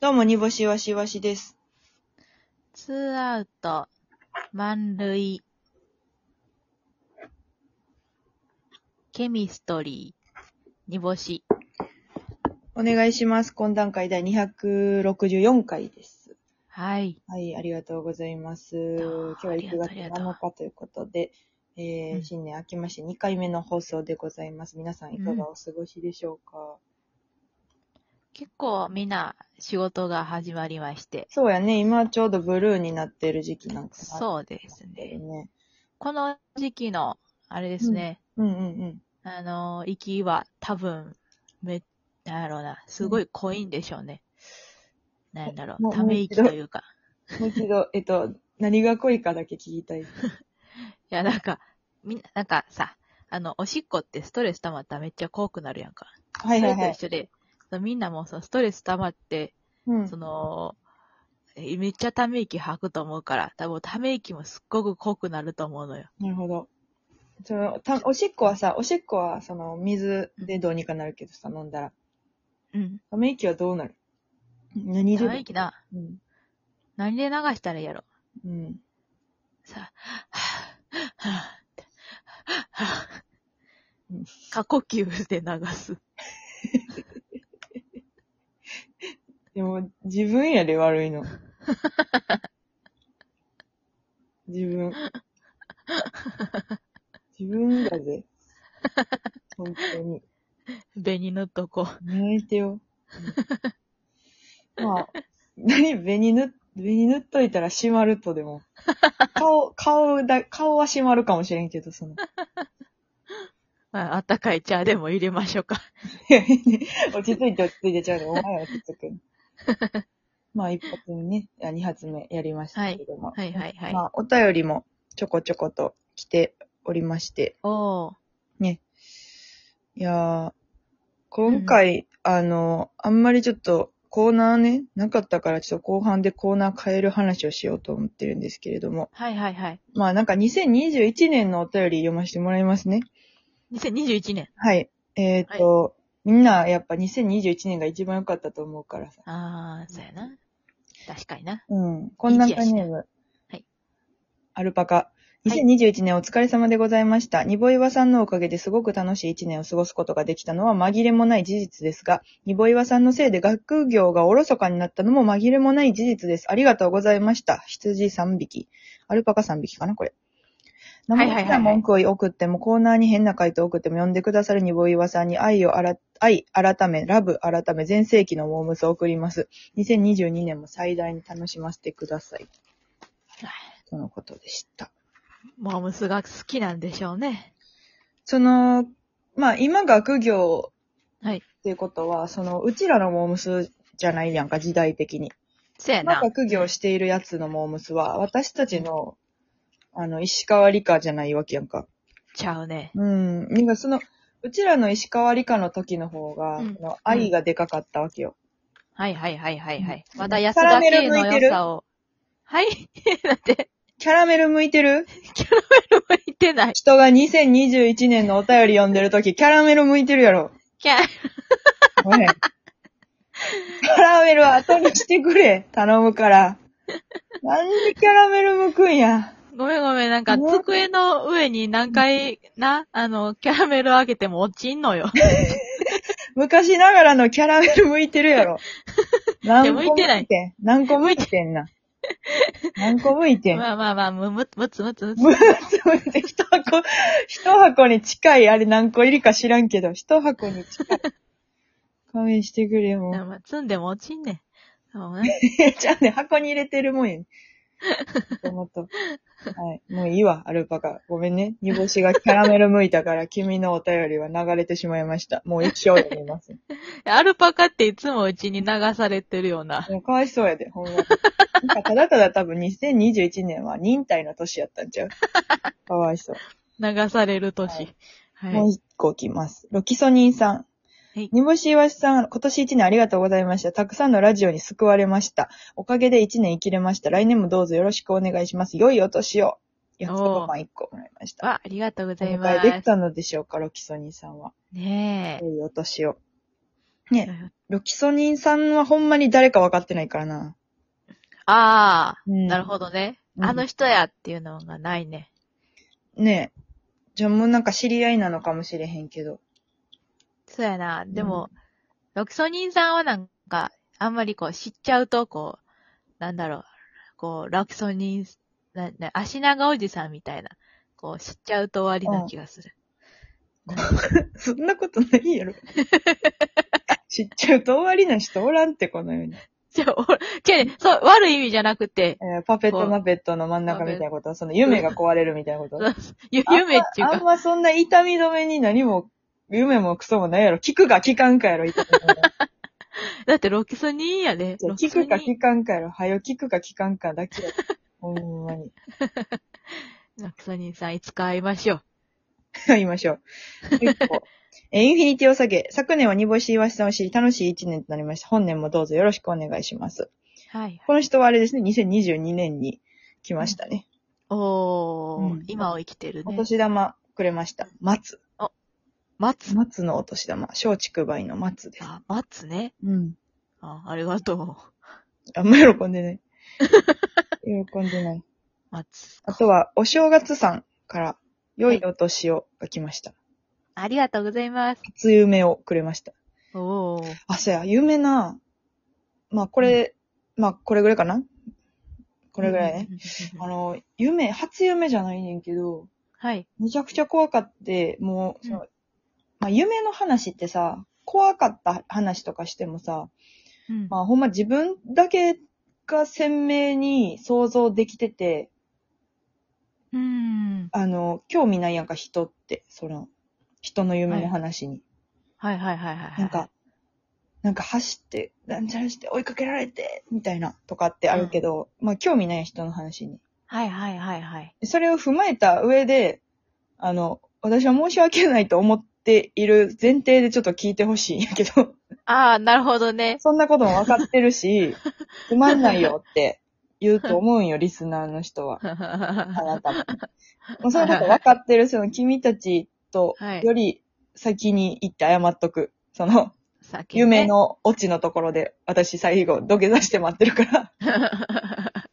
どうも、煮干しわしわしです。ツーアウト、満塁。ケミストリー、煮干し。お願いします。懇談会第264回です。はい。はい、ありがとうございます。今日は1月ありがとう7日ということで、えーうん新年明けまして2回目の放送でございます。皆さんいかがお過ごしでしょうか、結構みんな仕事が始まりまして。そうやね、今ちょうどブルーになってる時期なんかな。うそうですね。ね。この時期の、あれですね、うんうんうん。あの、行きは多分、め、なんやろうな、すごい濃いんでしょうね。なんだろもう、うため息というか。もう一度、えっと、何が濃いかだけ聞きたい。いや、なんか、みんな、なんかさ、あの、おしっこってストレス溜まったらめっちゃ濃くなるやんか。はいはいはそい。れと一緒で、そのみんなもそのストレス溜まって、うんその、えめっちゃため息吐くと思うから、多分ため息もすっごく濃くなると思うのよ。なるほど。そのたおしっこはさ、おしっこはその水でどうにかなるけどさ、飲んだら。うん。ため息はどうなる何たでめ息な、うん。何で流したらいいやろ。うん。さ、はぁ、はぁ、はうぁん、過呼吸で流す。でも、自分やで悪いの。自 分。自分だぜ。本当に。紅のとこ。泣いてよ。うんまあ、何、紅塗っ、紅塗っといたら閉まるとでも。顔、顔だ、顔は閉まるかもしれんけど、その。 ああったかい茶でも入れましょうか。いやいいね落ち着いて落ち着いてちゃうね。お前は落ち着く。まあ、一発目ね、あ二発目やりましたけども。はいはいはい。まあ、お便りもちょこちょこと来ておりまして。おー。いやー、今回、あの、あんまりちょっとコーナーね、なかったからちょっと後半でコーナー変える話をしようと思ってるんですけれども。はいはいはい。まあ、なんか2021年のお便り読ませてもらいますね。 2021年。はい。えっ、と、みんなやっぱ2021年が一番良かったと思うからさ。あー、そうやな。確かにな。うん。こんな感じネーム。はい。アルパカ。い2021年お疲れ様でございました。ニボイワさんのおかげですごく楽しい1年を過ごすことができたのは紛れもない事実ですが、ニボイワさんのせいで学業がおろそかになったのも紛れもない事実です。ありがとうございました。羊3匹。アルパカ3匹かな、これ。はいは生いはい意気な文句を送っても、コーナーに変な回答を送っても、呼んでくださるニボイワさんに愛をあら、愛改め、ラブ改め、全盛期のモームスを送ります。2022年も最大に楽しませてください。とのことでした。モームスが好きなんでしょうね。その、まあ、今学業はい。っていうことは、その、うちらのモームスじゃないやんか、時代的に。せや今な。学業しているやつのモームスは、私たちの、あの、石川理科じゃないわけやんか。ちゃうね。うん。なんかその、うちらの石川理科の時の方が、うんその愛がでかかったわけよ。はいはいはいはいはい。うんまた安田圭の良さを。はい だって、キャラメル向いてる向いてない。人が2021年のお便り読んでる時、キャラメル向いてるやろ。キャおいキャラメルは後にしてくれ。頼むから。なんでキャラメル向くんや。ごめんごめん、なんか机の上に何回、な、あの、キャラメルあげても落ちんのよ。昔ながらのキャラメル向いてるやろ。何個 向いて向ないいてん何個向いてんな。何個向いてん。まあまあまあ、む、む、むつむつむつ。ブーツ向いて 一箱、一箱に近い、あれ何個入りか知らんけど、一箱に近い。勘弁してくれよ、 もう。まあ積んでも落ちんねん。もうなじゃあね、箱に入れてるもんやね。もともと。はい。もういいわ、アルパカ。ごめんね。煮干しがキャラメル剥いたから、君のお便りは流れてしまいました。もう一生読みません。アルパカっていつもうちに流されてるような。もうかわいそうやで、ほんまに。なんかただただ多分2021年は忍耐の年やった んちゃうかわいそう。流されるは年。はい。もう一個来ます。ロキソニンさん。はい煮干しいわしさん、今年一年ありがとうございました。たくさんのラジオに救われました。おかげで一年生きれました。来年もどうぞよろしくお願いします。良いお年を。焼きそばパン一個もらいました。わ、ありがとうございおま迎えできす。たのでしょうか、ロキソニンさんは。ねえ良。いお年を。良いロキソニンさんはほんまに誰か分かってないからな。ああ、うんなるほどね。うんあの人やっていうのがないね。ねえ。じゃあもうなんか知り合いなのかもしれへんけど。そうやな。でも、ロキソニンさんはなんか、あんまりこう知っちゃうと、こう、なんだろう、こう、ロキソニン、な、な、足長おじさんみたいな、こう知っちゃうと終わりな気がする。そんなことない やろ。知っちゃうと終わりな人おらんって、このように。 じゃあ、お違うね、そう、悪い意味じゃなくて、えーパペットマペットの真ん中みたいなこと、その夢が壊れるみたいなこと。ゆ夢っていうあんか、まそんな痛み止めに何も、夢もクソもないやろ。聞くか聞かんかやろ、痛み止め だってロキソニンやで、じゃあロキ聞ソくかニン、聞かんかやろ。はよ聞くか聞かんかだけやろ。ほんまに。ロキソニンさんいつか会いましょう。言いましょう。もう一個えーインフィニティを下げ、昨年は煮干し岩下さんを知り、楽しい一年となりました。本年もどうぞよろしくお願いします。はい。この人はあれですね、2022年に来ましたね。おー、うん今を生きてるおね。年玉くれました。松。松。松のお年玉。松竹梅の松です。あ、松ね。うん。あ、ありがとあんま喜んで ない。喜んでない。う。松。あとは、お正月さんから、良いお年をが来ました。ありがとうございます。初夢をくれました。おー。あ、そうや、夢な。まあ、これ、まあ、これぐらいかなこれぐらいね。うんうんうんあうん。の、夢、初夢じゃないねんけど、はい。めちゃくちゃ怖かって、もう、うんそのまあ、夢の話ってさ、怖かった話とかしてもさ、うんまあ、ほんま自分だけが鮮明に想像できてて、うん。あの、興味ないやんか、人って、その、人の夢の話に。はいはいはいはいはい。なんか、なんか走って、なんちゃらして追いかけられて、みたいな、とかってあるけど、まあ、興味ない人の話に。はいはいはいはい。それを踏まえた上で、あの、私は申し訳ないと思っている前提でちょっと聞いてほしいんやけど、ああ、なるほど ね。そんなことも分かってる し、つまんないよって言うと思うんよ、リスナーの人は。あなはたも。もうそういうこと分かってる、その君たちとはいより先に行って謝っとく。その、先ね夢。のオチのところで、私最後土下座して待ってるから、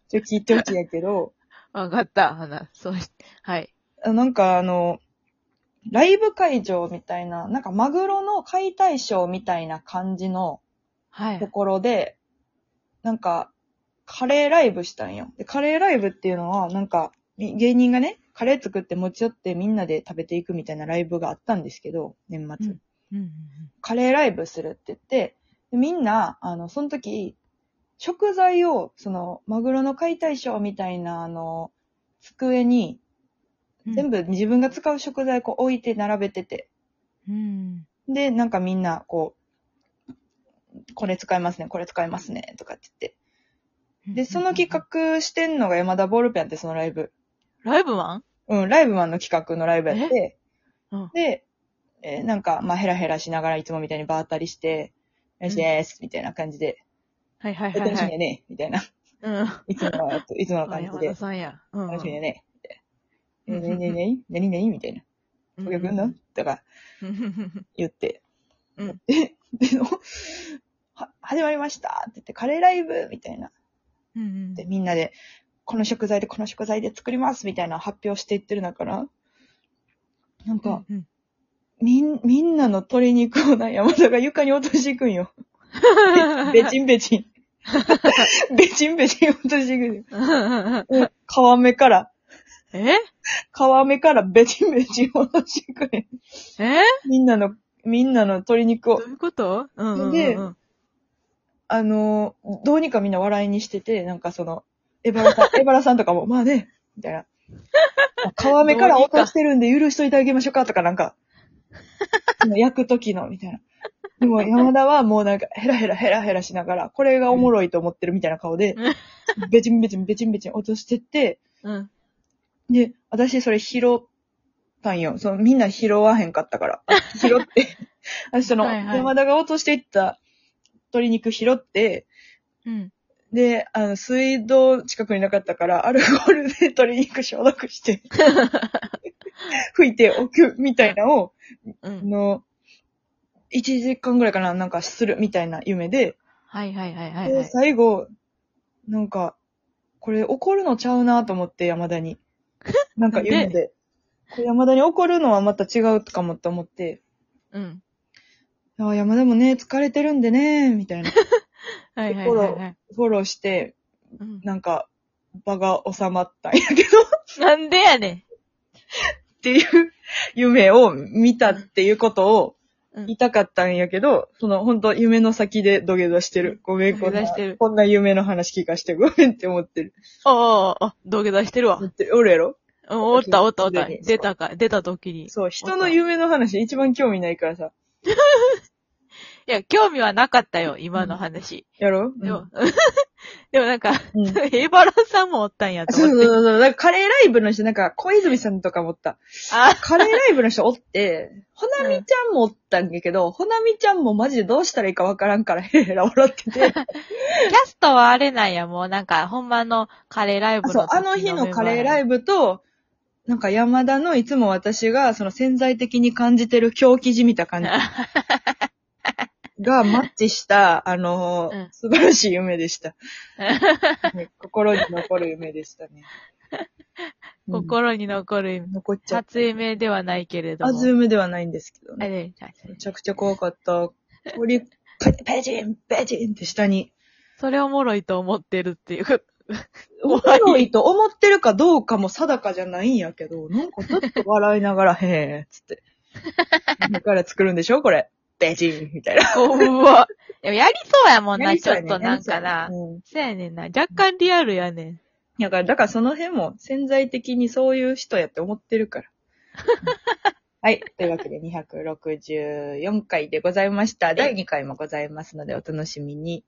ちょっと聞いてほしいんやけど、 わかった。花。そうし、はい。あなんかあの、ライブ会場みたいな、なんかマグロの解体ショーみたいな感じのはとい。ころで、なんか、カレーライブしたんよ。で、カレーライブっていうのは、なんか、み芸人がね、カレー作って持ち寄ってみんなで食べていくみたいなライブがあったんですけど、年末。うんうんうんうんカレーライブするって言って、でみんな、あの、その時、食材を、その、マグロの解体ショーみたいな、あの、机にうん全部自分が使う食材こう置いて並べてて。うん。で、なんかみんなこう、これ使いますね、これ使いますね、とかって言って。で、その企画してんのが山田ボールペンってそのライブ。ライブマンうん、ライブマンの企画のライブやってうん。で、えーなんか、まあ、ヘラヘラしながらいつもみたいにバーったりして、よしです、みたいな感じで、はいはいはい楽しはみやい。ね、みたいな。うん。いつものやつ、いつ もの感じ山で田、さんや。うん。楽しみやね、うみんたいな。えー、ねえねえねえ何々みたいな。うんお客のとかうん言って。うん。で、は、始まりましたって言って、カレーライブみたいな。うんで、みんなで、この食材でこの食材で作りますみたいな発表していってる中な。なんか、うんうんみん、みんなの鶏肉をな、山田が床に落としていくんよ。べちんべちん。べちんべちん落としていくんよ。うん皮目から、 え皮目からべちんべちん落としていくんよ。えみんなの、みんなの鶏肉どをう。いうことうんうんうんうん。であのー、どうにかみんな笑いにしてて、なんかその、エバラさん、エバ ラさんとかも、まあね、みたいな。皮目から落としてるんで許しといてあげましょうかとかなんか、その焼く時の、みたいな。でも山田はもうなんかヘラヘラヘラヘラしながら、これがおもろいと思ってるみたいな顔でう、べちんべちんべちんべちん落としてって、うん。で、私それ拾ったんよ。そのみんな拾わへんかったから。あ拾って、私その はいはい山田が落としていった鶏肉拾って、うん。で、あの、水道近くになかったから、アルコールで鶏肉消毒 して、拭いておくみたいなのを、うあん。の、 1時間ぐらいかな、なんかするみたいな夢で、はいはいはいはい、はでい。最後、なんか、これ怒るのちゃうなと思って、山田 に。なんか夢で。これ山田に怒るのはまた違うかもって思って、うん。あ山田もね、疲れてるんでね、みたいな。はいはいはい、はい。フォローして、うんなんか、場が収まったんやけど、っなんでやねていう夢を見たっていうことをん。うん言いたかったんやけど、その本当夢の先で土下座してる。ごめん、こん土下な座してる、こんな夢の話聞かしてごめんって思ってる。おーおーおー土下座してるわ。思ってる俺やろうんおったおったおった。そう出たか、出た時に。いそう、人の夢の話一番興味ないからさ。や、興味はなかったよ、今の話。やろでも、 でもなんか、 うん。うんヘイバラさんもおったんやとそう思そうって。そう。だからカレーライブの人、なんか小泉さんとかもおった。あ、カレーライブの人おって、ほなみちゃんもおったんやけど、ほなみちゃんもマジでどうしたらいいかわからんからヘラヘラ笑ってて。キャストはあれなんや、もうなんか、ほんまのカレーライブあのそう、時あの日のカレーラブ。イブと、なんか山田のいつも私がその潜在的に感じてる狂気じみた感 じがマッチした、あのーうん素晴らしい夢で した、はい心に残る夢でした ね。うん心に残る意味。残っちゃった。初夢ではないけれども。初夢ではないんですけどあね。れはいめちゃくちゃ怖かった。鳥、ペチン、ペチンって下に。それおもろいと思ってるっていう。おもろいと思ってるかどうかも定かじゃないんやけ ど、なんかちょっと笑いながら、へえ、つって。だから作るんでしょこれ。ペチンみたいな。こう、うわ。でもやりそうやもんやな、りちそうょやっねとなんかな。うん。そうやねんな。若干リアルやねん。だから、だからその辺も潜在的にそういう人やって思ってるから。 はい。というわけで264回でございました。第2回もございますのでお楽しみに。